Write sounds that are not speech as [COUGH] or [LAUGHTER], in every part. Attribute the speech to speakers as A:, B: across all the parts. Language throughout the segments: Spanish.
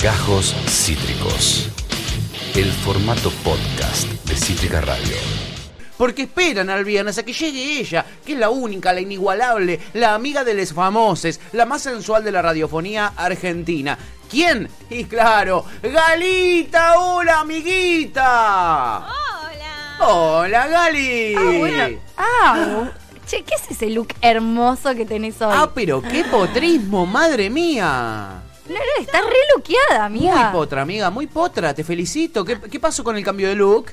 A: Gajos Cítricos. El formato podcast de Cítrica Radio.
B: Porque esperan al viernes a que llegue ella, que es la única, la inigualable, la amiga de los famosos, la más sensual de la radiofonía argentina. ¿Quién? Y claro, Galita, hola amiguita.
C: Hola.
B: Hola Gali.
C: Ah, bueno. Ah, che, ¿qué es ese look hermoso que tenés hoy?
B: Ah, pero qué potrismo, madre mía.
C: no, no, estás re lookeada, amiga.
D: Ah.
B: Muy potra, amiga, muy potra, te felicito. ¿Qué, qué pasó con el cambio de look?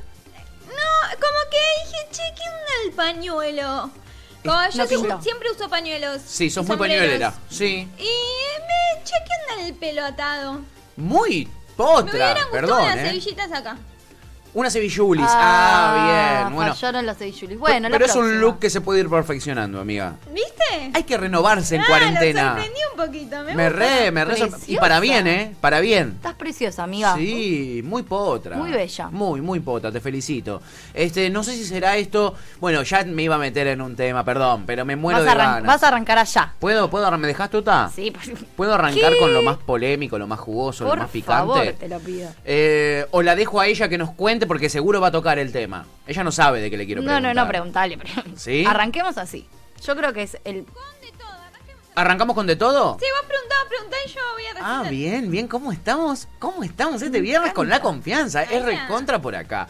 D: No, como que dije, che, ¿qué onda el pañuelo? Como yo
C: no
D: siempre-
C: pinta.
D: siempre uso pañuelos.
B: Sí, sos
D: y
B: muy
D: sombreros.
B: pañuelera. Sí.
D: Y me, che, ¿qué onda el pelo atado?
B: Muy
D: me
B: potra,
D: hubieran gustado
B: perdón,
D: las
B: ¿eh?
D: cebillitas acá.
B: Una cebillulis. Ah, bien, bueno.
C: Fallaron los cebillulis. Bueno, la
B: pero es un
C: próxima.
B: look que se puede ir perfeccionando, amiga.
D: ¿Viste?
B: Hay que renovarse en
D: Ah,
B: cuarentena.
D: Lo sorprendí un poquito. Me,
B: me
D: gusta.
B: re, me re. sor- Y para bien, ¿eh? Para bien.
C: Estás preciosa, amiga.
B: Sí, muy potra.
C: Muy bella.
B: Muy, muy potra, te felicito. Este, no sé si será esto. Bueno, ya me iba a meter en un tema, perdón, pero me muero
C: Vas a,
B: de
C: arran-
B: ganas. Ah.
C: vas a arrancar allá.
B: ¿Puedo, puedo, arran- me dejas tuta?
C: Sí, [LAUGHS]
B: ¿Puedo arrancar
C: ¿Qué?
B: con lo más polémico, lo más jugoso,
C: por
B: lo más picante?
C: favor, te lo pido.
B: Eh, o la dejo a ella que nos cuente porque seguro va a tocar el tema. Ella no sabe de qué le quiero
C: No,
B: preguntar.
C: no, no, preguntale. preguntale.
B: ¿Sí?
C: Arranquemos así. Yo creo que es el...
D: Con de todo, arranquemos.
B: ¿Arrancamos con de todo?
D: Sí, vos preguntá, preguntá y yo voy a responder.
B: Ah, bien, bien, ¿cómo estamos? ¿Cómo estamos este viernes con la confianza? Es
D: Hola.
B: recontra por acá.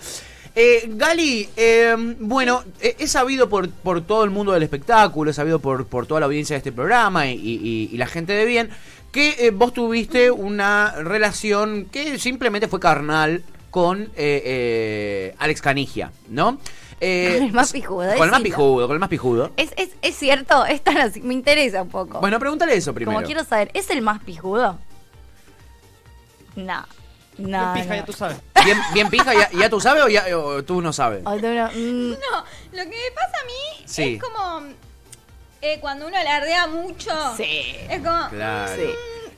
B: Eh, Gali, eh, bueno, eh, he sabido por, por todo el mundo del espectáculo, he sabido por, por toda la audiencia de este programa y, y- y- y la gente de bien, que eh, vos tuviste una relación que simplemente fue carnal con eh, eh, Alex Canigia, ¿no? Eh,
C: Con el más pijudo,
B: Con el más
C: decilo.
B: pijudo, con el más pijudo.
C: ¿Es, es, es cierto? [LAUGHS] Es tan así. Me interesa un poco.
B: Bueno, pregúntale eso primero.
C: Como quiero saber, ¿es el más pijudo? No. No,
E: pija, ya
C: no.
E: tú sabes.
B: Bien, bien pija, ¿ya, ya tú sabes o, ya, o tú no sabes?
C: Ay, no, no, mm.
D: No, lo que me pasa a mí
B: Sí.
D: es como eh, cuando uno alardea mucho.
C: Sí.
D: Es como.
B: Claro.
C: Sí.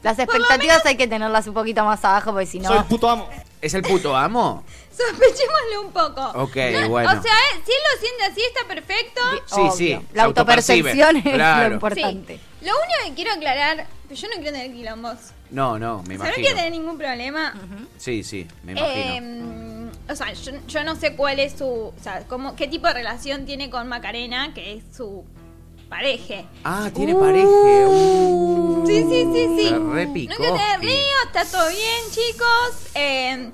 C: Las expectativas hay que tenerlas un poquito más abajo porque si no.
E: Soy el puto amo.
B: ¿Es el puto amo?
D: Sospechémoslo un poco.
B: Ok, bueno.
D: O sea, eh, si él lo siente así, está perfecto.
B: Sí,
C: Obvio.
B: sí, se
C: La autopercepción es
B: autopercibe, claro.
C: lo importante.
D: Sí. Lo único que quiero aclarar, que yo no quiero tener quilombos.
B: No, no, me
D: O sea, no quiero
B: imagino.
D: tener ningún problema.
B: Sí, sí, me
D: Eh,
B: imagino.
D: mm, o sea, yo, yo no sé cuál es su. O sea, cómo, qué tipo de relación tiene con Macarena, que es su pareje.
B: Ah, tiene pareja. Uh,
D: Sí, sí, sí, sí.
B: la
D: no
B: repicó.
D: quiero tener líos, está todo bien, chicos. Eh,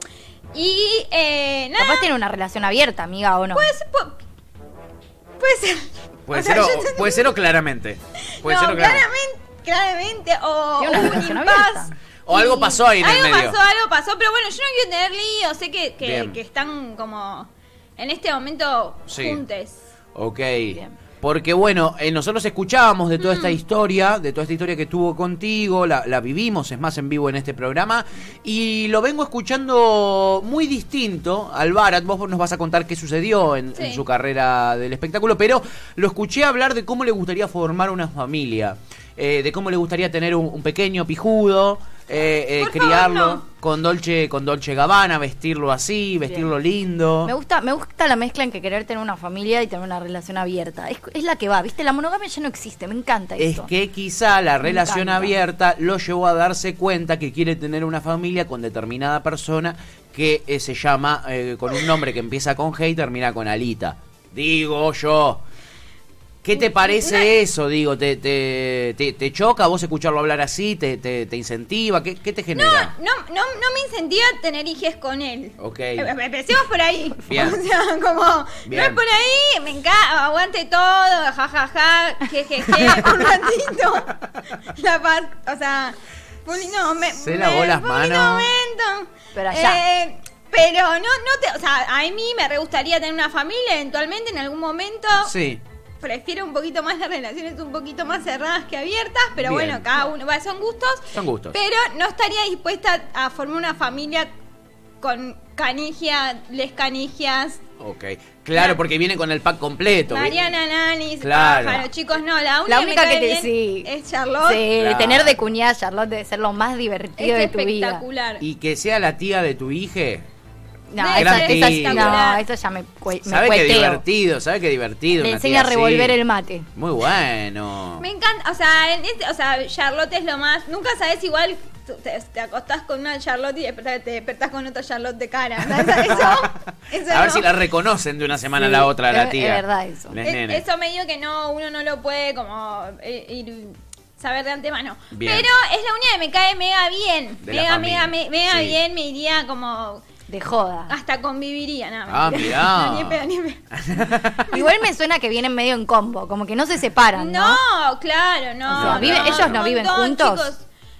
D: y eh, nada.
C: Capaz tiene una relación abierta, amiga, o no.
D: Pues, pu- puede ser.
B: Puede,
D: O sea,
B: ser,
D: yo
B: o, puede ser o claramente. Puede
D: no,
B: ser o claramente.
D: claramente. Claramente, o,
C: Tiene una
D: o un
C: relación
D: impas.
C: abierta.
B: O algo
D: y-
B: pasó ahí en el
D: algo
B: medio.
D: pasó, algo pasó, pero bueno, yo no quiero tener lío. Sé que, que,
B: Bien.
D: que están como en este momento
B: Sí.
D: juntes.
B: Ok. Porque bueno, eh, nosotros escuchábamos de toda
D: Mm.
B: esta historia, de toda esta historia que tuvo contigo, la, la vivimos, es más, en vivo en este programa, y lo vengo escuchando muy distinto al Barat, vos nos vas a contar qué sucedió en,
D: Sí.
B: en su carrera del espectáculo, pero lo escuché hablar de cómo le gustaría formar una familia, eh, de cómo le gustaría tener un, un pequeño pijudo, eh, eh,
D: Por favor,
B: criarlo
D: no.
B: con Dolce, con Dolce Gabbana, vestirlo así, vestirlo lindo.
C: Me gusta, me gusta la mezcla en que querer tener una familia y tener una relación abierta. Es, es la que va, ¿viste? La monogamia ya no existe, me encanta
B: Es
C: eso.
B: que quizá la relación
C: encanta.
B: abierta lo llevó a darse cuenta que quiere tener una familia con determinada persona que eh, se llama, eh, con un nombre que empieza con G y termina con Alita. Digo yo. ¿Qué te parece eso? Digo, ¿te, te, te, te choca vos escucharlo hablar así? ¿Te, te, te incentiva? ¿Qué, qué te genera?
D: No, no, no me incentiva tener hijes con él.
B: Ok.
D: Eh, Empecemos por ahí.
B: [LAUGHS] Bien.
D: [LAUGHS] O sea, como,
B: Bien.
D: no es por ahí, me encanta, aguante todo, jajaja,
B: [LAUGHS]
D: jejeje, un ratito. [LAUGHS] La par- o sea, fue un lindo momen-
B: Se lavó
D: me-
B: las
D: fue un lindo
B: manos.
D: momento.
C: Pero allá.
D: Eh, pero no, no te, o sea, a mí me re gustaría tener una familia eventualmente en algún momento.
B: Sí.
D: Prefiero un poquito más las relaciones un poquito más cerradas que abiertas, pero
B: Bien.
D: bueno, cada uno, va, son gustos.
B: Son gustos.
D: Pero no estaría dispuesta a formar una familia con canigia, les canigias,
B: Ok. Claro, porque viene con el pack completo. ¿vi-
D: Mariana Nanis,
B: Claro.
D: Pájaro, chicos, no, la única,
C: la única que,
D: me cae
C: te. Sí.
D: bien es Charlotte.
C: Sí,
B: Claro.
C: tener de cuñada a Charlotte debe ser lo más divertido
D: Es
C: de tu vida.
D: espectacular.
B: Y que sea la tía de tu hija.
C: No,
D: Debe
C: esa,
B: ser
C: esa-
D: espectacular.
C: no, eso ya me, cue- me
B: ¿Sabe qué
C: cueteo.
B: divertido? ¿Sabe qué divertido?
C: Le
B: una
C: enseña a
B: tía así?
C: revolver el mate.
B: Muy bueno.
D: Me encanta, o sea, en este- o sea, Charlotte es lo más. Nunca sabes igual tú- te, te acostás con una Charlotte y despertás- te despertás con otra Charlotte de cara. ¿Sabes? Eso, eso
B: [LAUGHS] [LAUGHS] a ver
D: no.
B: si la reconocen de una semana a
C: Sí,
B: la otra a
C: es-
B: la
C: es
B: tía.
C: verdad eso.
B: Las
D: Es-
B: nenas.
D: Eso medio que no, uno no lo puede como eh, ir- saber de antemano.
B: Bien.
D: Pero es la única que me cae mega bien.
B: De la
D: mega, mega,
B: familia.
D: me- mega
B: Sí.
D: bien, me iría como
C: De joda.
D: hasta conviviría nada
B: Ah, mirá.
D: mentira. [LAUGHS] No, ni en pedo, ni en pedo.
C: Igual me suena que vienen medio en combo, como que no se separan. Ah, No.
D: No, claro, no.
B: O sea, ¿vive- ellos
D: es
C: no
D: un
C: viven juntos?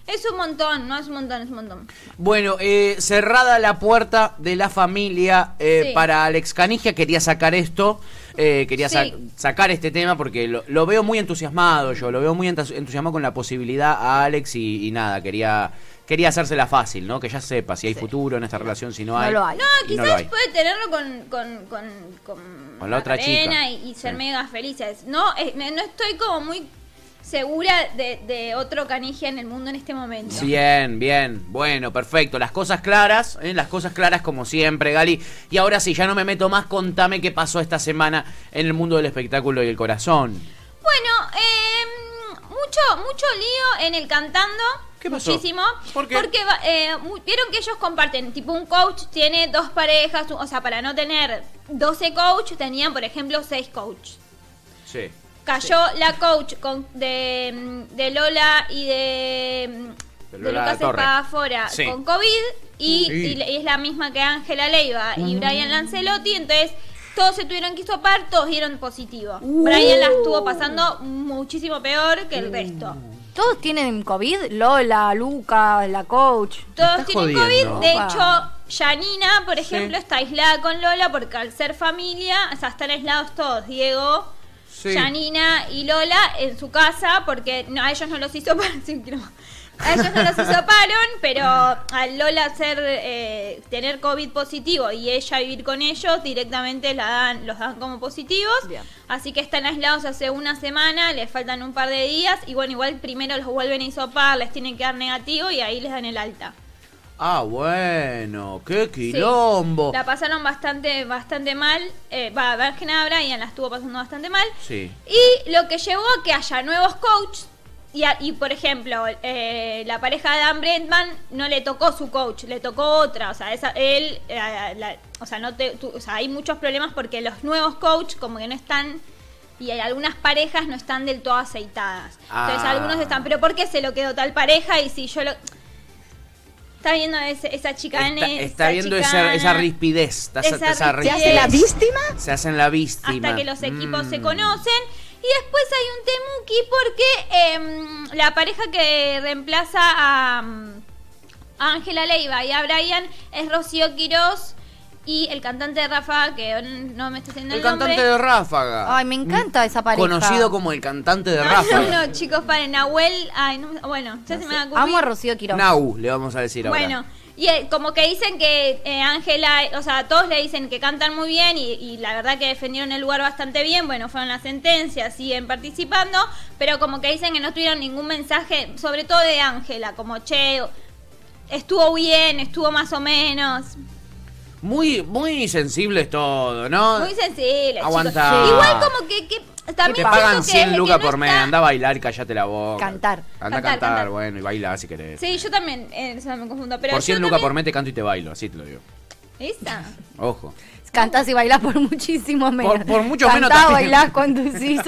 D: es un montón, no es un montón, es un montón.
B: Bueno, eh, cerrada la puerta de la familia eh,
D: Sí.
B: para Alex Canigia. Quería sacar esto, eh, quería sa-
D: Sí.
B: sacar este tema porque lo, lo veo muy entusiasmado yo, lo veo muy entus- entusiasmado con la posibilidad a Alex y, y nada, quería quería hacérsela fácil, ¿no? Que ya sepa si hay futuro en esta relación, si no
C: No
B: hay.
C: lo hay. No,
D: No,
B: y
D: quizás
B: lo hay.
D: puede tenerlo con, con, con, con,
B: Con la otra
D: Macarena
B: chica.
D: Y, y ser
B: Sí.
D: mega felices. No, es- me- no estoy como muy segura de, de otro canigia en el mundo en este momento.
B: Bien, bien, bueno, perfecto. Las cosas claras, ¿eh? las cosas claras como siempre, Gali. Y ahora sí, ya no me meto más, contame qué pasó esta semana en el mundo del espectáculo y el corazón.
D: Bueno, eh, mucho, mucho lío en el cantando.
B: ¿Qué pasó?
D: Muchísimo.
B: ¿Por qué?
D: Porque va- eh, mu- vieron que ellos comparten, tipo un coach tiene dos parejas, o sea, para no tener 12 coaches, tenían, por ejemplo, 6 coaches.
B: Sí.
D: Cayó la coach con- de, mm, de Lola y de, mm,
B: De
D: de
B: Lola
D: Lucas
B: Torre.
D: Espadafora
B: Sí.
D: con COVID y,
B: Sí.
D: y le- y es la misma que Ángela Leiva y Brian Lancelotti, entonces todos se tuvieron que hisopar, todos dieron positivo.
B: Uh.
D: Brian la estuvo pasando muchísimo peor que el resto.
C: Todos tienen COVID, Lola, Luca, la coach.
D: Todos
B: estás
D: tienen
B: jodiendo.
D: COVID, de
C: Opa.
D: hecho... Janina, por ejemplo, está aislada con Lola porque al ser familia, o sea, están aislados todos, Diego,
B: Sí.
D: Janina y Lola en su casa porque no, a ellos no los hizo par- [LAUGHS] sí, que no. A ellos no los hisoparon, pero a Lola ser, eh, tener COVID positivo y ella vivir con ellos, directamente la dan, los dan como positivos.
C: Bien.
D: Así que están aislados hace una semana, les faltan un par de días y bueno, igual primero los vuelven a hisopar, les tienen que dar negativo y ahí les dan el alta.
B: Ah, bueno, qué
D: Sí.
B: quilombo.
D: La pasaron bastante, bastante mal. Eh, va, más que nada Brian la estuvo pasando bastante mal.
B: Sí.
D: Y lo que llevó a que haya nuevos coaches. Y, a- y, por ejemplo, eh, la pareja de Dan Brentman no le tocó su coach, le tocó otra. O sea, esa, él, eh, la- o sea, no te, tú- o sea, hay muchos problemas porque los nuevos coaches como que no están y hay algunas parejas no están del todo aceitadas. Entonces
B: Ah.
D: algunos están, pero ¿por qué se lo quedó tal pareja? Y si yo lo está viendo ese- esa chicana,
B: Está, está
D: esa
B: viendo esa,
D: chicana.
B: esa rispidez. está-
D: Esa
B: está esa
D: rispidez.
E: ¿Se hace la
B: rispidez.
E: víctima?
B: Se hacen la víctima.
D: hasta que los equipos se
B: Mm.
D: conocen. Y después hay un temuki porque eh, la pareja que reemplaza a mm, a Ángela Leiva y a Brian es Rocío Quirós y el cantante de Rafa, que mm, no me está haciendo el,
B: El cantante de
D: nombre.
B: Ráfaga.
C: Ay, me encanta esa pareja.
B: Mm. Conocido como el cantante de
D: No,
B: Ráfaga.
D: [LAUGHS] no, no, chicos, paren, Nahuel, ay, no, bueno, ya se me va a ocurrir.
C: Amo a Rocío Quiroga.
B: Nau, le vamos a decir ahora.
D: Bueno, y eh, como que dicen que eh, Ángela, o sea, todos le dicen que cantan muy bien y, y la verdad que defendieron el lugar bastante bien, bueno, fueron las sentencias, siguen participando, pero como que dicen que no tuvieron ningún mensaje, sobre todo de Ángela, como che, estuvo bien, estuvo más o menos,
B: Muy, muy sensible es todo, ¿no?
D: muy sensible. chicos.
B: Aguanta.
D: Sí. Igual como que, que
B: Que
D: también
B: te pagan
D: siento
B: 100
D: que,
B: lucas
D: que no
B: por mes.
D: está-
B: Anda a bailar y callate la boca.
C: Cantar.
B: Anda a
D: Cantar,
B: cantar,
D: cantar.
B: bueno, y bailar si querés.
D: Sí, yo también, eh, o sea, me confundo, pero
B: por
D: yo
B: 100 lucas por
D: también-
B: mes te canto y te bailo, así te lo digo.
D: ¿Esa? [LAUGHS]
B: Ojo.
C: Cantás y bailás por [LAUGHS] muchísimo menos.
B: Por- por mucho menos
C: Cantás,
B: también.
C: bailás, conducís,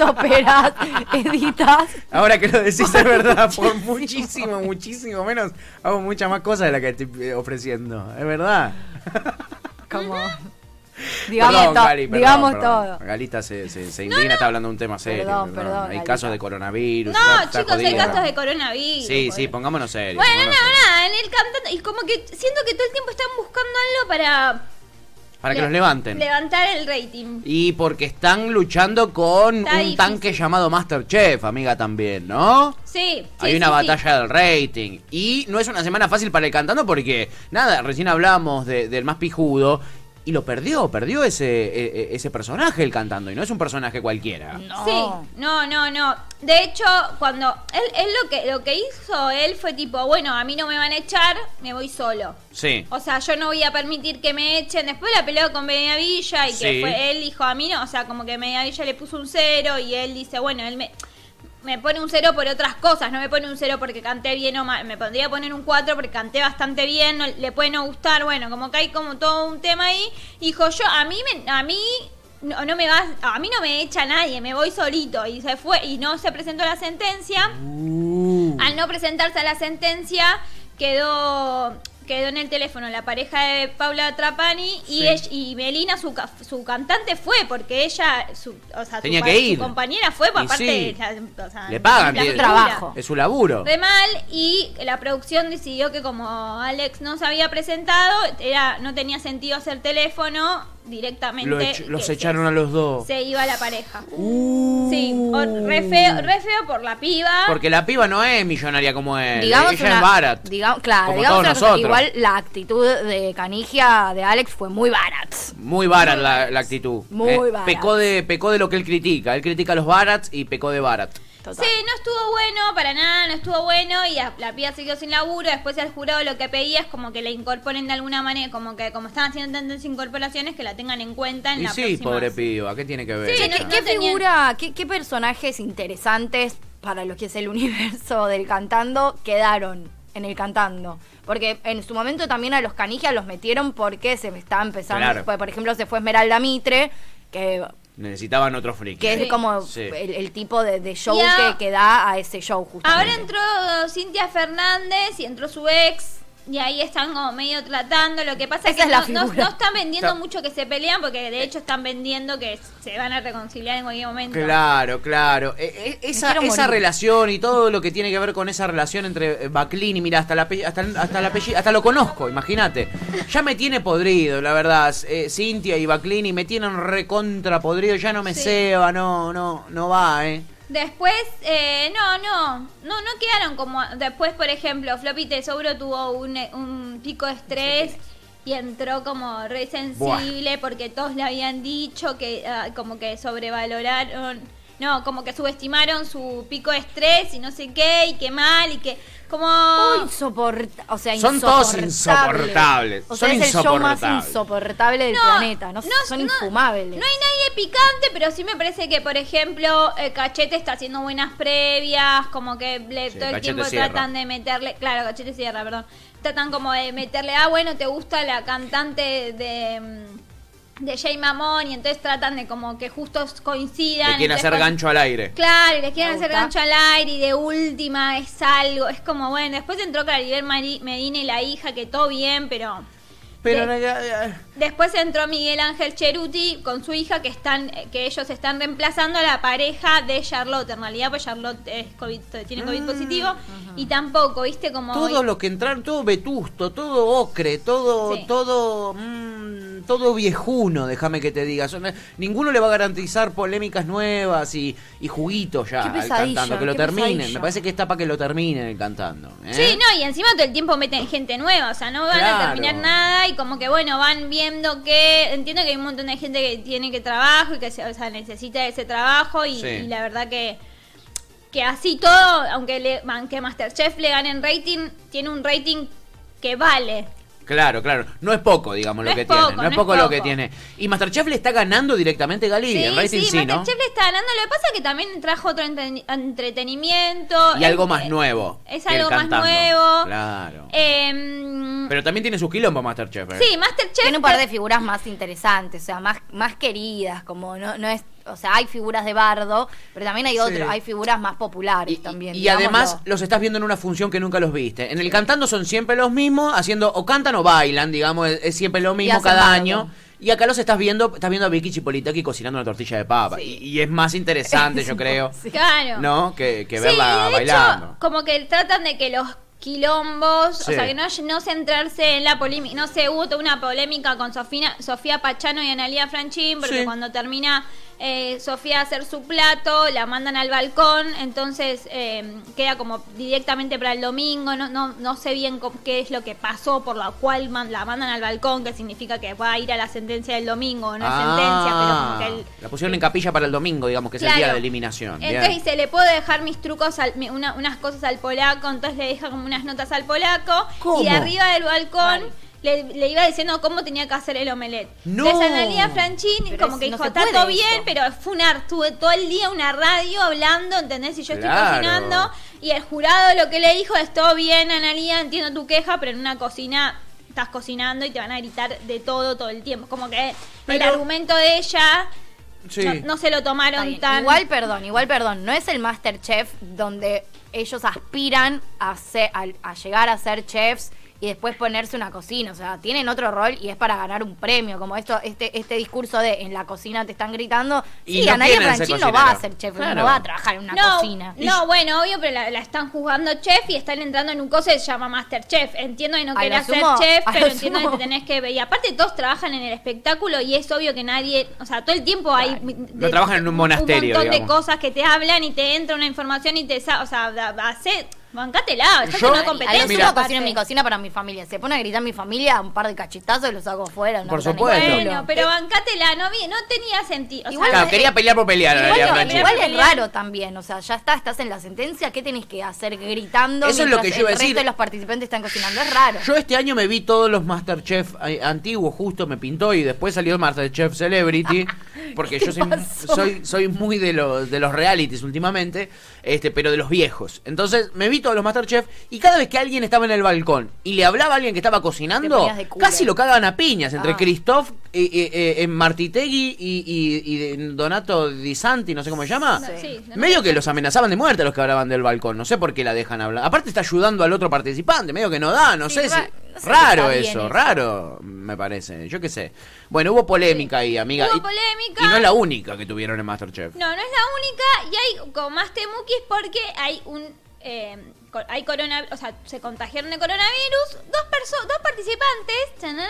B: [LAUGHS]
C: operás, editas.
B: Ahora que lo decís es verdad,
D: [LAUGHS]
B: por muchísimo, muchísimo menos, hago muchas más cosas de las que estoy eh, ofreciendo, es verdad.
C: Como. Digamos
B: Perdón,
C: todo.
B: Gali, perdón,
C: digamos
B: perdón.
C: todo.
B: Galita se, se, se indigna, está hablando de un tema serio.
C: Perdón, perdón,
B: Hay
C: Galita.
B: casos de coronavirus.
D: No,
B: está- está
D: chicos, hay
B: jodida.
D: casos de coronavirus.
B: Sí, sí,
D: boludo.
B: pongámonos serios.
D: Bueno,
B: pongámonos
D: nada,
B: serios.
D: nada, en el cantante. Y como que siento que todo el tiempo están buscando algo para.
B: Para que
D: le-
B: los levanten.
D: Levantar el rating.
B: Y porque están luchando con
D: Está
B: un
D: difícil.
B: tanque llamado Masterchef, amiga, también, ¿no?
D: Sí. sí,
B: Hay
D: sí,
B: una
D: sí.
B: batalla del rating. Y no es una semana fácil para el cantando porque, nada, recién hablamos de- del más pijudo. Y lo perdió, perdió ese, e- e- ese personaje el cantando. Y no es un personaje cualquiera.
C: No.
D: Sí, no, no, no. De hecho, cuando él, él lo que lo que hizo él fue tipo, bueno, a mí no me van a echar, me voy solo.
B: Sí.
D: O sea, yo no voy a permitir que me echen. Después la peleó con Media Villa y que
B: Sí.
D: fue él dijo a mí no, o sea, como que Media Villa le puso un cero y él dice, bueno, él me me pone un cero por otras cosas, no me pone un cero porque canté bien o mal, me pondría a poner un 4 porque canté bastante bien, no- le puede no gustar, bueno, como que hay como todo un tema ahí. Y Dijo yo, a mí me, a mí no, no me vas, a mí no me echa nadie, me voy solito y se fue y no se presentó la sentencia.
B: Uh,
D: Al no presentarse a la sentencia, quedó quedó en el teléfono la pareja de Paula Trapani y,
B: Sí.
D: ella- y Melina, su, ca- su cantante, fue porque ella, su, o sea,
B: Tenía
D: su,
B: que
D: su
B: ir.
D: compañera fue,
B: Y
D: pues, aparte,
B: sí.
D: la- o sea,
B: Le pagan,
D: la
B: tiene-
C: trabajo.
B: Es su laburo.
D: Re mal y la producción decidió que como Alex no se había presentado, era no tenía sentido hacer teléfono directamente.
B: Lo ech- los
D: que se-
B: echaron a los dos.
D: Se iba la pareja.
B: Uh.
D: Sí, o- re feo, re feo por la piba.
B: Porque la piba no es millonaria como él.
C: Digamos
B: Ella
C: una,
B: Eh, es barat.
C: digamos- claro,
B: Como
C: digamos
B: todos
C: una cosa,
B: nosotros.
C: igual la actitud de Canigia de Alex fue muy barat.
B: Muy barat la, la actitud. Eh,
C: Muy barat.
B: Pecó de, pecó de lo que él critica. Él critica a los barats y pecó de barat.
C: Total.
D: Sí, no estuvo bueno, para nada, no estuvo bueno y la, la piba se quedó sin laburo. Después el jurado lo que pedía es como que la incorporen de alguna manera, como que como están haciendo tantas incorporaciones, que la tengan en cuenta en
B: Y
D: la
B: sí,
D: próxima.
B: pobre piba. ¿Qué tiene que ver?
D: Sí,
C: ¿Qué,
B: ella?
D: no-
C: qué
D: tenían-
C: figura, qué, qué personajes interesantes para los que es el [LAUGHS] universo del cantando quedaron en el cantando? Porque en su momento también a los canigias los metieron porque se me estaba empezando.
B: Claro.
C: Por por ejemplo, se fue Esmeralda Mitre, que,
B: Necesitaban otro friki.
C: que
D: Sí.
C: es como
B: Sí.
C: el, el tipo de, de show
D: Y a-
C: que, que da a ese show justamente.
D: Ahora entró Cintia Fernández y entró su ex. Y ahí están como medio tratando. Lo que pasa es
C: Esa
D: que
C: es la
D: no, no-
C: figura.
D: no están vendiendo
B: Está- Eh.
D: mucho que se pelean, porque de hecho están vendiendo que se van a reconciliar en cualquier momento.
B: Claro, claro. E- e- esa,
C: Me quiero
B: esa
C: morir.
B: relación y todo lo que tiene que ver con esa relación entre eh, Baclini, mira, hasta la pe- hasta, el- hasta, la pelli- hasta lo conozco, imagínate. Ya me tiene podrido, la verdad. Eh, Cintia y Baclini me tienen recontra podrido, ya no me
D: Sí.
B: ceba, no, no, no va, eh.
D: Después, eh, no, no, no, no quedaron como. Después, por ejemplo, Floppy Tesoro tuvo un, eh, un pico de estrés y entró como re sensible porque todos le habían dicho que ah, como que sobrevaloraron, no, como que subestimaron su pico de estrés y no sé qué, y qué mal, y que como...
C: Oh, insoporta- o sea,
B: Son todos
C: insoportable.
B: insoportables.
C: O sea,
B: Son
C: es el show más
B: insoportables.
C: insoportable del planeta. No, sé, son infumables.
D: No hay nadie picante, pero sí me parece que, por ejemplo, eh, Cachete está haciendo buenas previas, como que le-
B: Sí,
D: todo el
B: Cachete
D: tiempo
B: cierra.
D: tratan de meterle. Claro, Cachete cierra, perdón. Tratan como de meterle, ah, bueno, te gusta la cantante de. mm, de Jay Mamón, y entonces tratan de como que justo coincidan.
B: Le quieren
D: entonces
B: hacer
D: cuando-
B: gancho al aire.
D: Claro, y les
C: Me
D: quieren hacer
C: gusta.
D: gancho al aire y de última es algo. Es como, bueno, después entró Claribel Mari- Medina y la hija, que todo bien, pero.
B: Pero eh,
D: de-
B: no- ya- ya-
D: Después entró Miguel Ángel Cheruti con su hija que están eh, que ellos están reemplazando a la pareja de Charlotte. En realidad, pues Charlotte es COVID, tiene COVID positivo y tampoco, ¿viste? Como
B: Mm, todo lo que entraron, todo vetusto, todo ocre, todo,
D: Sí.
B: todo, mm, todo viejuno, déjame que te diga. Son- ninguno le va a garantizar polémicas nuevas y, y juguitos ya
C: Qué
B: al
C: pesadilla,
B: cantando, que lo
C: qué
B: terminen.
C: pesadilla.
B: Me parece que está para que lo terminen el cantando. ¿eh?
D: Sí, no, y encima todo el tiempo meten gente nueva, o sea, no van a
B: Claro.
D: terminar nada y como que bueno, van viendo que entiendo que hay un montón de gente que tiene que trabajo y que se- o sea, necesita ese trabajo y,
B: Sí.
D: y la verdad que que así todo, aunque le aunque MasterChef le ganen rating, tiene un rating que vale.
B: Claro, claro. No es poco, digamos, lo
D: No es
B: que
D: poco,
B: tiene. No es poco lo que
D: poco.
B: tiene. Y Masterchef le está ganando directamente Gali. en rating sí, ¿no?
D: MasterChef le está ganando. Lo que pasa es que también trajo otro entre- entretenimiento.
B: Y algo
D: Eh,
B: más nuevo.
D: Es
B: que el
D: algo más
B: cantando.
D: nuevo.
B: Claro.
D: Em,
B: Pero también tiene sus quilombos Masterchef. ¿eh?
D: sí, Masterchef.
C: Tiene un par de figuras más interesantes, o sea, más, más queridas, como no, no es, o sea, hay figuras de bardo, pero también hay
B: Sí.
C: otro, hay figuras más populares
B: Y-
C: también.
B: Y, y
C: digámoslo.
B: además los estás viendo en una función que nunca los viste. En el cantando son siempre los mismos, haciendo o cantan o bailan, digamos, es, es siempre lo mismo
C: hacen
B: cada
C: bardo.
B: año. Y acá los estás viendo, estás viendo a Vicky Chipolitaki cocinando una tortilla de papa.
C: Sí.
B: Y, y es más
D: [LAUGHS]
B: interesante, yo creo,
C: [LAUGHS]
D: Claro.
B: ¿no? Que, que
D: Sí,
B: verla
D: y de
B: bailando.
D: Hecho, como que tratan de que los quilombos,
B: Sí.
D: o sea, que no, no centrarse en la polémica, no se hubo toda una polémica con Sofina, Sofía Pachano y Analia Franchín, porque
B: Sí.
D: cuando termina eh, Sofía a hacer su plato, la mandan al balcón, entonces eh, queda como directamente para el domingo, no, no, no sé bien co- qué es lo que pasó por lo cual man- la mandan al balcón, que significa que va a ir a la sentencia del domingo, no es
B: Ah,
D: sentencia, pero como que el,
B: la pusieron en capilla para el domingo, digamos, que es el
D: Claro.
B: día de eliminación. Bien.
D: Entonces dice, le puedo dejar mis trucos, al, mi- una- unas cosas al polaco, entonces le deja como unas notas al polaco.
B: ¿Cómo?
D: Y de arriba del balcón le, le iba diciendo cómo tenía que hacer el omelette.
B: ¡No!
D: Entonces Analia Franchini
C: Pero
D: como
C: es-
D: que
C: no
D: dijo,
C: se
D: está
C: puede
D: todo
C: esto".
D: bien, pero fue una, tuve todo el día una radio hablando, ¿entendés? Y yo
B: Claro.
D: estoy cocinando. Y el jurado lo que le dijo es, todo bien, Analia, entiendo tu queja, pero en una cocina estás cocinando y te van a gritar de todo todo el tiempo. Como que
B: Pero-
D: el argumento de ella...
B: Sí.
D: No, no se lo
C: Está
D: tomaron
C: bien.
D: tan...
C: Igual, perdón, igual, perdón. No es el Masterchef donde ellos aspiran a, ser- al- a llegar a ser chefs y después ponerse una cocina. O sea, tienen otro rol y es para ganar un premio. Como esto, este, este discurso de en la cocina te están gritando.
B: Y
C: sí,
B: no
C: a nadie
B: quieren ser
C: Franchín no va a
B: cocinero.
C: ser chef,
B: Claro.
C: no va a trabajar en una cocina.
D: No, bueno, obvio, pero la, la están juzgando chef y están entrando en un coso que se llama Masterchef. Entiendo que no
C: A
D: querés
C: lo
D: ser
C: sumo,
D: chef,
C: a
D: pero
C: lo
D: entiendo
C: sumo.
D: que te tenés que ver. Y aparte todos trabajan en el espectáculo y es obvio que nadie, o sea, todo el tiempo hay...
B: No trabajan en un monasterio,
D: Un montón
B: digamos.
D: de cosas que te hablan y te entra una información y te... sa- O sea, da- da- hacé, bancátela, estás
B: Yo-
D: en
C: Ay,
D: una
C: a lo
D: competencia.
C: sumo
B: Mira.
C: cocino en mi cocina para mi familia. Se pone a gritar mi familia, un par de cachetazos y los hago fuera. no
B: Por
C: me dan el
B: supuesto.
C: culo.
D: Bueno, pero bancátela, no, vi, no tenía sentido. O
C: Igual
D: sea,
B: Claro, quería pelear por pelear,
C: Igual,
B: Analia
C: no,
B: Franchi.
C: igual es
D: Pelear.
C: raro también, o sea, ya está, estás en la sentencia, ¿qué tenés que hacer gritando?
B: Eso es lo que
C: mientras
B: yo iba a
C: el resto
B: decir.
C: de los participantes están cocinando, es raro.
B: Yo este año me vi todos los Masterchef eh, antiguos, justo me pintó y después salió Masterchef
C: [LAUGHS]
B: Celebrity, porque
C: ¿Qué
B: yo
C: te
B: soy,
C: pasó?
B: soy, soy muy de los, de los realities últimamente, este, pero de los viejos. Entonces me vi todos los Masterchef y cada vez que alguien estaba en el balcón y le hablaba a alguien que estaba
C: Te
B: cocinando,
C: ponías de culo.
B: casi lo cagaban a piñas entre
C: Ah.
B: Christoph eh, eh, eh, en Martitegui y, y- y de- Donato Di Santi, no sé cómo se llama.
D: no, sí, no-
B: Medio que los amenazaban de muerte a los que hablaban del balcón. No sé por qué la dejan hablar. Aparte está ayudando al otro participante. Medio que no da, no
C: Sí,
B: sé si...
C: ra- no sé si
B: raro
C: está bien
B: eso,
C: eso.
B: raro me parece. Yo qué sé. Bueno, hubo polémica ahí, amiga.
D: Hubo
B: y,
D: polémica.
B: Y no es la única que tuvieron en Masterchef.
D: No, no es la única y hay como más temukis porque hay un eh, co- hay corona, o sea, se contagiaron de coronavirus dos perso- dos participantes, chananana,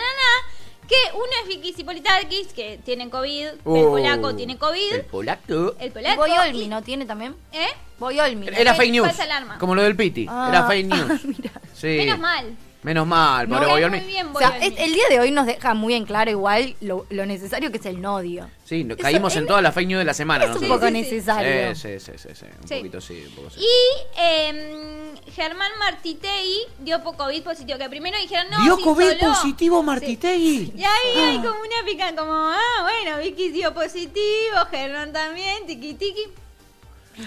D: que uno es Vicky Zipolitakis que tiene COVID, el
B: Oh,
D: polaco tiene COVID,
B: El
D: el,
B: polaco.
D: polaco
C: Boy Olmi,
D: y-
C: ¿no tiene también?
D: ¿eh?
C: Boy Olmi. ¿no?
B: Era
D: Fake-
B: fake news.
D: falsa alarma.
B: Como lo del Piti.
C: [LAUGHS] Ah.
B: Era fake news.
C: Mira.
B: Sí.
D: Menos mal.
B: Menos mal,
C: No,
B: pobre
D: Muy
B: Boyolmi.
D: bien,
C: O sea,
D: Boy Olmi.
C: es- el día de hoy nos deja muy en claro igual lo, lo necesario que es el nodio.
B: Sí, no-
C: Eso
B: caímos
C: es-
B: en todas las fake news de la semana.
C: es un
B: nosotros.
C: poco
D: sí, sí.
C: necesario.
B: Sí, sí, sí, sí, sí. Un
D: Sí.
B: poquito sí, un poco sí.
D: Y eh, Germán Martitegui dio po- COVID positivo, que primero dijeron no,
B: ¿Dio
D: se
B: COVID
D: isoló.
B: positivo
D: Sí.
B: Martitegui?
D: Y ahí hay como una pica, como, ah, bueno, Vicky dio positivo, Germán también, tiki tiki.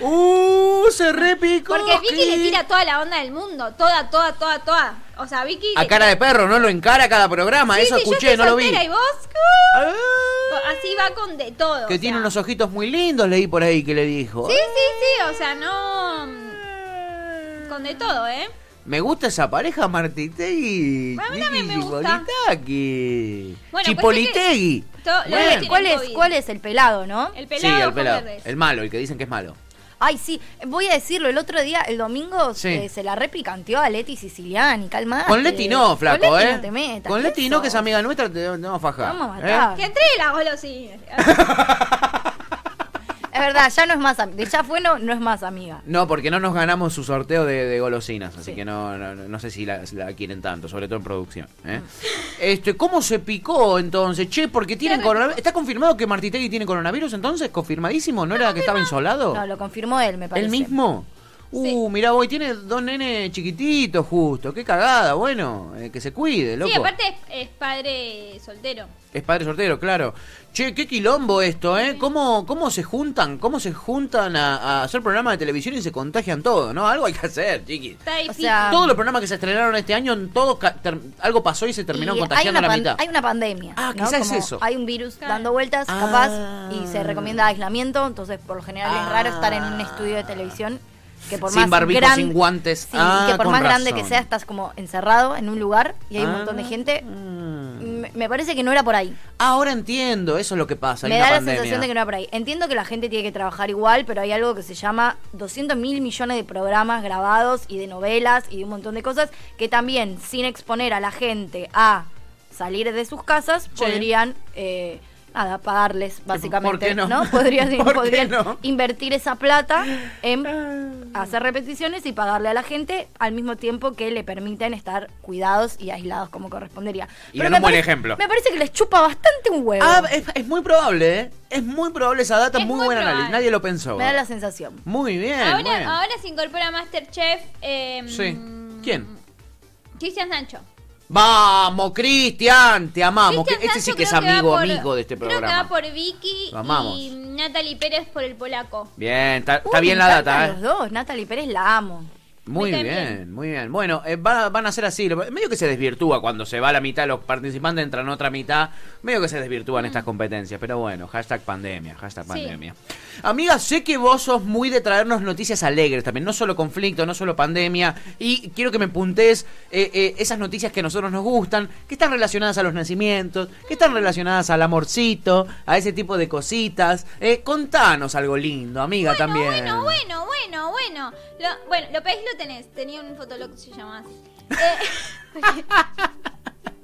B: ¡Uh! Se repicó.
D: Porque Vicky le tira toda la onda del mundo, toda, toda, toda, toda. O sea, Vicky...
B: A cara de perro, no lo encara cada programa.
D: Sí,
B: Eso
D: sí, yo
B: escuché,
D: estoy
B: no lo vi.
D: soltera Y vos, ¡uh!
B: Ah,
D: así va con de todo.
B: Que
D: o
B: tiene
D: sea.
B: unos ojitos muy lindos, leí por ahí que le dijo.
D: Sí, sí, sí, o sea, no... Con de todo, ¿eh?
B: Me gusta esa pareja, Martitegui.
D: A mí también
B: Vicky
D: me gusta.
B: Chipolitaqui.
D: Bueno, pues
B: Chipolitegui.
D: to-
B: Bueno.
D: lo que tiene-
C: ¿Cuál es,
D: COVID.
C: ¿Cuál es el pelado, no?
D: El
B: Sí,
D: pelado,
B: el
D: Juan
B: pelado.
D: Verdes.
B: El malo, el que dicen que es malo.
C: Ay, sí, voy a decirlo, el otro día, el domingo,
B: Sí.
C: eh, se la repicanteó a Leti Siciliani, calma.
B: Con Leti no, flaco,
C: Con Leti
B: ¿eh?
C: no te metas.
B: Con
C: ¿qué
B: Leti no, que es
C: sos?
B: amiga nuestra, te te vamos a fajar.
C: Vamos a
B: ¿eh?
C: matar.
D: Que entre
B: [LAUGHS]
D: la golosina.
C: Es verdad, ya no es más amiga. Ya fue, no, no es más amiga.
B: No, porque no nos ganamos su sorteo de, de golosinas, así
C: Sí.
B: que no, no, no sé si la, la quieren tanto, sobre todo en producción. ¿eh? Este, ¿Cómo se picó entonces? Che, porque tienen
D: repicó.
B: coronavirus. ¿Está confirmado que Martitegui tiene coronavirus entonces? ¿Confirmadísimo? ¿No era que estaba insolado?
C: No, lo confirmó él, me parece.
B: ¿El mismo? Uh, mirá, hoy tiene dos nenes chiquititos justo. Qué cagada, bueno. eh, que se cuide, loco.
D: Sí, aparte es, es padre soltero.
B: Es padre sortero, claro. Che, qué quilombo esto, ¿eh? ¿Cómo, cómo se juntan? ¿Cómo se juntan a, a hacer programas de televisión y se contagian todo, no? Algo hay que hacer, chiquis.
D: Está difícil.
C: sea,
B: Todos los programas que se estrenaron este año, en todo ca- ter- algo pasó y se terminó
C: Y
B: contagiando
C: hay una
B: la
C: pan-
B: mitad.
C: Hay una pandemia.
B: Ah,
C: ¿no?
B: quizás es
C: Como
B: eso.
C: Hay un virus
D: Claro.
C: dando vueltas,
B: Ah.
C: capaz, y se recomienda aislamiento. Entonces, por lo general, es raro estar en un estudio de televisión que por
B: Sin
C: más
B: barbijo,
C: gran-
B: sin guantes.
C: Sí,
B: Ah,
C: que por
B: con
C: más grande
B: razón.
C: que sea, estás como encerrado en un lugar y hay un
B: Ah.
C: montón de gente.
B: Mm.
C: Me, me parece que no era por ahí.
B: Ahora entiendo, eso es lo que pasa. hay
C: Me
B: una
C: da la
B: pandemia.
C: sensación de que no era por ahí. Entiendo que la gente tiene que trabajar igual, pero hay algo que se llama 200 mil millones de programas grabados y de novelas y de un montón de cosas que también, sin exponer a la gente a salir de sus casas, podrían... eh, Nada, pagarles,
B: ¿por
C: básicamente.
B: qué no?
C: Podrían,
B: [LAUGHS] ¿Por qué
C: podrían
B: no? Ah.
C: invertir esa plata en hacer repeticiones y pagarle a la gente al mismo tiempo que le permiten estar cuidados y aislados como correspondería.
B: Y dan un
C: me
B: buen
C: parece-
B: ejemplo.
C: Me parece que les chupa bastante un huevo.
B: Ah, es, es muy probable, ¿eh? Es muy probable esa data,
D: Es
B: muy,
D: muy
B: buen
D: probable.
B: análisis. Nadie lo pensó.
C: Me da la sensación.
B: Muy bien. muy bien.
D: Ahora, ahora se incorpora Masterchef. Eh,
B: Sí. ¿Quién?
D: Cristian Sancho.
B: Vamos, Cristian, te amamos.
D: Cristian
B: este sí
D: Sancho
B: que es
D: creo va
B: amigo,
D: por-
B: amigo de este programa.
D: Creo que va por Vicky
B: Lo amamos.
D: y Natalie Pérez por el polaco.
B: Bien, está, está
C: Uy,
B: bien
C: me
B: la
C: encantan
B: data, ¿eh?
C: Los dos, Natalie Pérez la amo.
B: Muy
D: Me
B: bien,
D: caen
B: muy bien. Bueno, eh, va- van a ser así. Lo- Medio que se desvirtúa cuando se va la mitad, los participantes entran otra mitad. Medio que se desvirtúan estas competencias. Pero bueno, hashtag pandemia, hashtag
D: Mm. Sí.
B: pandemia. Amiga, sé que vos sos muy de traernos noticias alegres también. No solo conflicto, no solo pandemia. Y quiero que me puntes eh, esas noticias que a nosotros nos gustan, que están relacionadas a los nacimientos, que están relacionadas al amorcito, a ese tipo de cositas. Eh, contanos algo lindo, amiga, también.
D: Bueno, bueno, bueno, bueno. Lo, bueno, lo pedís, lo tenés. Tenía un fotolog que se llamaba así. Eh, [LAUGHS]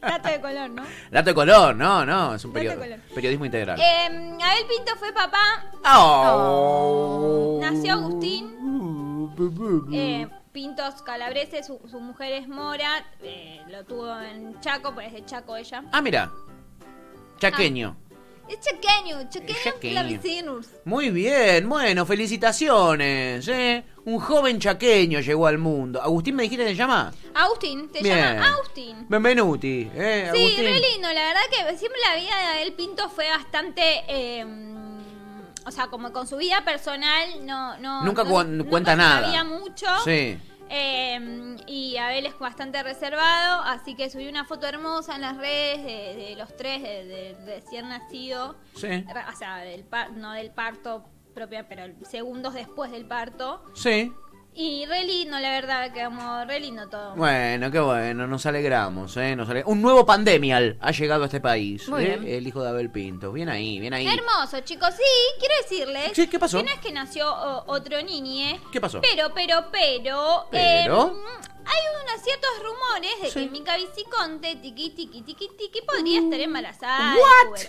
D: Dato de color, ¿no?
B: Dato de color, no, no, es un
D: Dato de
B: period-
D: color.
B: periodismo integral. Ah,
D: Eh, Abel Pinto fue papá.
B: Oh.
D: Nació Agustín.
B: Mm.
D: eh, Pintos Calabreses, su, su mujer es Mora. eh, lo tuvo en Chaco, pues es de Chaco ella.
B: Ah, mira. Chaqueño.
D: Es chaqueño, chaqueño
B: Chaqueño.
D: clavecinus.
B: Muy bien, bueno, felicitaciones. ¿eh? Un joven chaqueño llegó al mundo. Agustín, ¿me dijiste que se llama?
D: Agustín, te
B: Bien.
D: llama Agustín.
B: Benvenuti. ¿eh?
D: Sí,
B: Agustín.
D: re lindo. La verdad que siempre la vida de Abel Pinto fue bastante. eh, o sea, como con su vida personal, no. no
B: Nunca
D: no-
B: cu- cuenta
D: nunca
B: nada.
D: Sabía mucho.
B: Sí.
D: Eh, y Abel es bastante reservado, así que subí una foto hermosa en las redes de, de los tres, de, de- de recién nacido.
B: Sí.
D: Ra- O sea, del par- no del parto propia, pero segundos después del parto.
B: Sí.
D: Y re lindo, la verdad, que como re lindo todo.
B: Bueno, qué bueno, nos alegramos, ¿eh? Nos ale- Un nuevo pandemial ha llegado a este país.
C: Muy
B: ¿eh?
C: bien.
B: El hijo de Abel Pinto. Bien ahí, bien ahí.
D: Hermoso, chicos. Sí, quiero decirles
B: Sí, ¿qué pasó?
D: que no es que nació o, otro niñe.
B: ¿Qué pasó?
D: Pero, pero, pero.
B: Pero.
D: eh, hay unos ciertos rumores de
B: Sí.
D: que Mica Viciconte, tiqui, tiqui, tiqui, tiqui, podría
B: Mm.
D: estar embarazada. Bueno,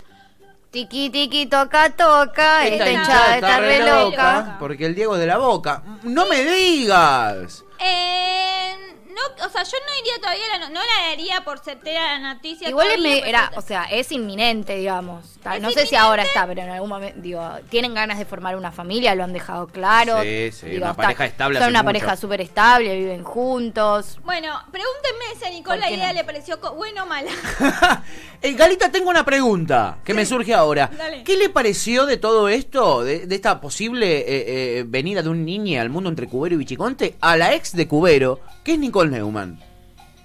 C: Tiki, tiki, toca, toca. Esta, hinchada está, re loca.
B: Porque el Diego es de la boca. ¡No me digas!
D: eh, no, o sea, yo no iría todavía, a la, no- no la daría por certera la noticia.
C: Igual es
D: todavía,
C: me-
D: pero-
C: era, o sea, es inminente, digamos. Ta-
D: Es
C: no sé si
D: inminente.
C: ahora está, pero en algún momento, digo, tienen ganas de formar una familia, lo han dejado claro.
B: Sí, sí,
C: Digo,
B: una
C: está-
B: pareja estable
C: Son
B: hace
C: una
B: mucho.
C: pareja súper estable, viven juntos.
D: Bueno, pregúntenme si a
C: ¿Por
D: Nicole la
C: qué
D: idea
C: no?
D: le pareció co- buena o mala. [LAUGHS]
B: Eh, Galita, tengo una pregunta que me surge ahora.
D: Dale.
B: ¿Qué le pareció de todo esto, de, de esta posible eh, eh, venida de un niño al mundo entre Cubero y Bichiconte, a la ex de Cubero, que es Nicole Neumann?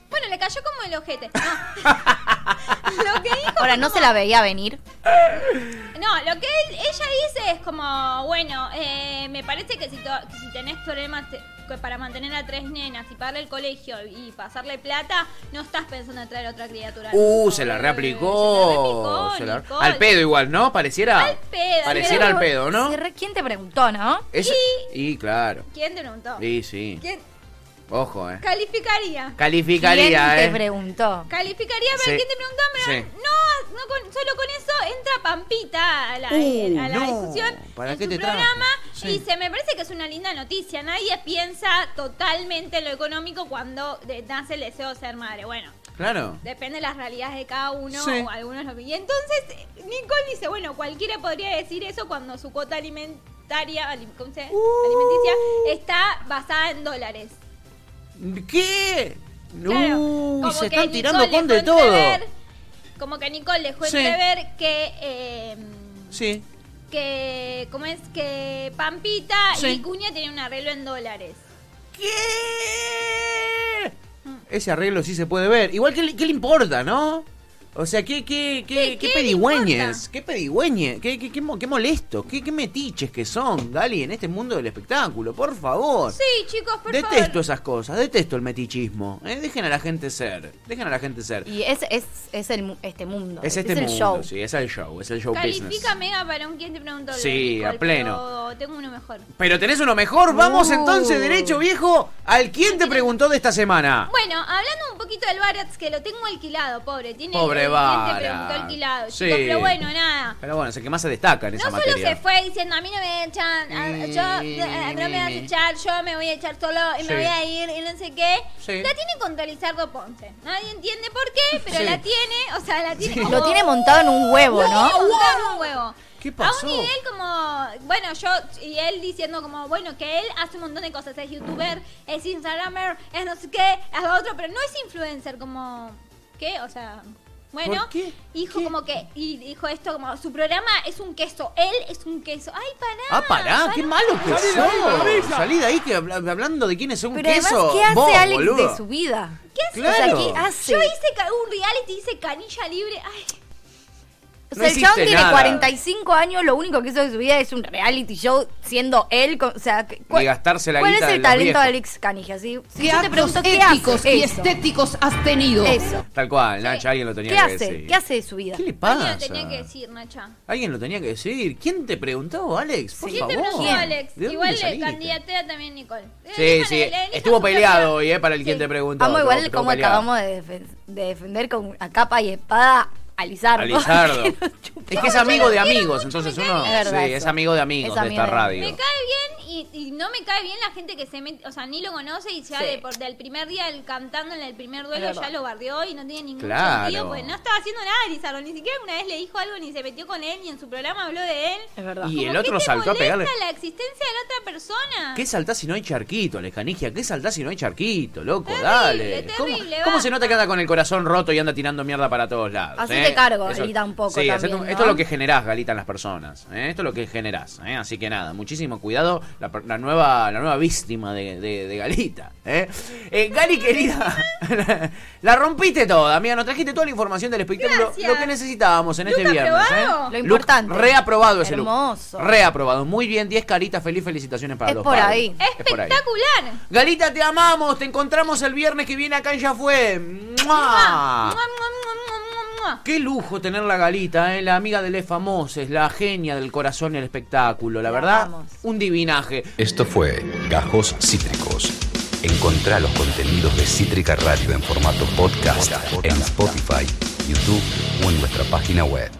D: Bueno, le cayó como el
B: [LAUGHS]
D: ojete. No. [LAUGHS] Lo que dijo
C: Ahora, ¿no se la veía venir?
D: No, lo que él- ella dice es como, bueno, eh, me parece que si, to- que si tenés problemas te- que para mantener a tres nenas y pagarle el colegio y pasarle plata, no estás pensando en traer otra criatura.
B: Uh,
D: No,
B: se la
D: eh,
B: reaplicó.
D: Se
B: Se
D: la
B: la-
D: replicó, Nicole.
B: Al pedo igual, ¿no? Pareciera.
D: Al pedo,
B: Pareciera al pedo, ¿no?
C: Se re- ¿Quién te preguntó, no?
B: Es- Y claro.
D: ¿Quién te preguntó?
B: Y sí.
D: ¿Quién
B: Ojo, eh.
D: calificaría?
B: Calificaría,
C: ¿Quién
B: eh.
C: te preguntó?
D: Calificaría, pero
B: Sí.
D: ¿quién te preguntó? Pero
B: Sí.
D: no, no con- solo con eso entra Pampita a la, eh,
B: Uh,
D: a la
B: no.
D: discusión
B: ¿Para
D: en
B: qué
D: su
B: te trajo?
D: programa
B: Sí.
D: y se me parece que es una linda noticia. Nadie piensa totalmente en lo económico cuando de- nace el deseo de ser madre. Bueno,
B: Claro.
D: depende de las realidades de cada uno
B: Sí.
D: o algunos lo Y entonces eh, Nicole dice, bueno, cualquiera podría decir eso cuando su cuota alimentaria, alim- ¿cómo se dice?
B: Uh.
D: alimenticia está basada en dólares.
B: ¿Qué?
D: Claro,
B: Uy,
D: como
B: se
D: que
B: están
D: Nicole
B: tirando con
D: dejó
B: de todo.
D: entrever- como que Nicole dejó
B: Sí.
D: entrever que, eh,
B: Sí.
D: que ¿cómo es? Que Pampita
B: Sí.
D: y Cuña tienen un arreglo en dólares.
B: ¿Qué? Ese arreglo sí se puede ver. Igual, ¿qué le, qué le importa, no? O sea, ¿qué, qué, qué,
D: ¿Qué-
B: qué
D: qué le
B: pedigüeñes?
D: importa?
B: ¿Qué pedigüeñes? ¿Qué, qué, qué, mo- qué molestos? ¿Qué, qué metiches que son, Gali, en este mundo del espectáculo? Por favor.
D: Sí, chicos,
B: Ah,
D: por
B: detesto
D: favor.
B: esas cosas, detesto el metichismo. ¿eh? Dejen a la gente ser. Dejen a la gente ser.
C: Y es, es, es el, mu- este mundo.
B: es este
C: el
B: mundo,
C: show.
B: sí, es el show, es el show business.
D: Califica mega para un quien te preguntó. lo de
B: Sí,
D: Nicole,
B: a pleno.
D: pero tengo uno mejor.
B: Pero tenés uno mejor, vamos
C: Uh.
B: entonces derecho viejo al quien te preguntó de esta semana.
D: Bueno, hablando un poquito del Baratz, que lo tengo alquilado, pobre. Tiene
B: Pobre Baratz.
D: el Quien te preguntó alquilado,
B: Sí.
D: chicos, pero bueno, nada.
B: Pero bueno, es el que más se destaca en
D: No
B: esa
D: solo
B: materia.
D: se fue diciendo a mí no me echan, a-
B: Mm,
D: yo
B: mm,
D: eh, no me vas a
B: mm.
D: echar, yo me voy a echar solo y
B: Sí.
D: me voy a ir y no sé qué.
B: Sí.
D: La tiene contra Lizardo Ponce. Nadie entiende por qué, pero
B: Sí.
D: la tiene, o sea, la tiene como-
C: Lo tiene montado en un huevo,
D: Lo
C: ¿no?
D: tiene montado en un huevo.
B: ¿Qué pasó?
D: A un nivel como, bueno, yo, y él diciendo como, bueno, que él hace un montón de cosas, es youtuber, es instagramer, es no sé qué, es lo otro, pero no es influencer, como, ¿qué? O sea, bueno,
B: ¿Por qué?
D: dijo
B: ¿Qué?
D: como que, y dijo esto como, su programa es un queso, él es un queso, ay, pará.
B: Ah, pará, qué malo que
E: Salí de ahí,
B: sos.
E: maravilla.
B: Salí de ahí que habla- hablando de quiénes son
C: Pero además,
B: queso.
C: ¿qué hace
B: vos,
C: Alex
B: boludo.
C: de su vida?
D: ¿Qué hace?
B: Claro.
C: O sea, ¿qué hace?
D: Yo hice ca- un reality, hice canilla libre, ay,
C: O
B: No
C: sea, el
B: hiciste
C: chabón tiene
B: nada.
C: 45 años, lo único que hizo de su vida es un reality show siendo él. con- O sea, que- ¿cuál,
B: gastarse la
C: ¿cuál
B: guita
C: es
B: de
C: el
B: los
C: talento
B: viejos.
C: de Alex Canija? Si, si
F: ¿Qué
C: yo te
F: actos
C: pregunto qué
F: éticos
C: hace,
F: y
C: eso,
F: estéticos has tenido?
C: eso.
B: Tal cual, Nacha, alguien lo tenía
C: ¿Qué
B: que
C: hace?
B: decir.
C: ¿Qué hace de su vida?
B: ¿Qué le
D: alguien
B: pasa?
D: lo tenía que decir, Nacha.
B: Alguien lo tenía que decir. ¿Quién te preguntó, Alex? Por
D: ¿Quién
B: favor.
D: te preguntó, Alex?
B: ¿De dónde
D: Igual le
B: saliste?
D: candidatea también Nicole.
B: Sí, sí. Estuvo peleado hoy, ¿eh? Para el quien
D: Sí.
B: te preguntó.
C: Vamos
B: Estuvo-
C: igual
B: estuvo
C: como
B: peleado.
C: acabamos de, defen- de defender con a capa y espada a Lizardo.
B: A
C: [LAUGHS]
D: [LAUGHS]
B: Lizardo. es que es amigo de
D: quiero
B: amigos,
D: mucho,
B: entonces
D: me
B: uno.
C: cae bien.
B: sí,
C: Es verdad
B: es
C: eso.
B: amigo de amigos
C: Es
B: de
C: amigo
B: esta
C: de
B: radio.
C: amigos.
D: Me cae bien y, y no me cae bien la gente que se mete, o sea, ni lo conoce y ya
C: Sí.
D: de, por, del primer día del cantando en el primer duelo
C: Es verdad.
D: ya lo bardeó y no tiene ningún
B: Claro.
D: sentido, pues no estaba haciendo nada Lizardo, ni siquiera una vez le dijo algo ni se metió con él ni en su programa habló de él.
C: Es verdad.
B: Y
D: Como,
B: el
D: ¿qué
B: otro
D: te
B: saltó a
D: molesta
B: pegarle.
D: la existencia de la otra persona.
B: ¿Qué saltás si no hay charquito, Alex Canigia? ¿Qué saltás si no hay charquito, loco?
D: Terrible,
B: Dale. ¿Cómo,
D: terrible,
B: cómo
D: va.
B: se nota que anda con el corazón roto y anda tirando mierda para todos lados?
C: Hacete
B: eh?
C: cargo, Galita, un poco
B: Sí, hacete
C: también,
B: un-
C: ¿no?
B: esto es lo que generás, Galita, en las personas. ¿eh? Esto es lo que generás. ¿eh? Así que nada, muchísimo cuidado. La, per- la nueva, la nueva víctima de, de- de Galita. ¿eh? Eh, Gali, querida, [LAUGHS] la, la rompiste toda, amiga. Nos trajiste toda la información del espectáculo.
D: Gracias.
B: Lo que necesitábamos en este
D: Luca
B: viernes. ¿eh?
C: Lo
D: aprobado.
B: Look
C: importante.
B: Reaprobado ese look.
C: Hermoso.
B: Reaprobado. Muy bien, 10 caritas. Feliz, felicitaciones para
C: Es
B: los
C: por
B: padres.
C: ahí.
B: Es por ahí.
D: Espectacular.
B: Galita, te amamos. Te encontramos el viernes que viene acá en Ya Fue. ¡Mua! Ah.
D: Mua, mua, mua, mua, mua, mua.
B: Qué lujo tener la Galita, ¿eh? la amiga de Les Famoses, la genia del corazón y el espectáculo. La
C: La
B: verdad,
C: amamos.
B: un divinaje.
A: Esto fue Gajos Cítricos. Encontrá los contenidos de Cítrica Radio en formato podcast en Spotify, YouTube o en nuestra página web.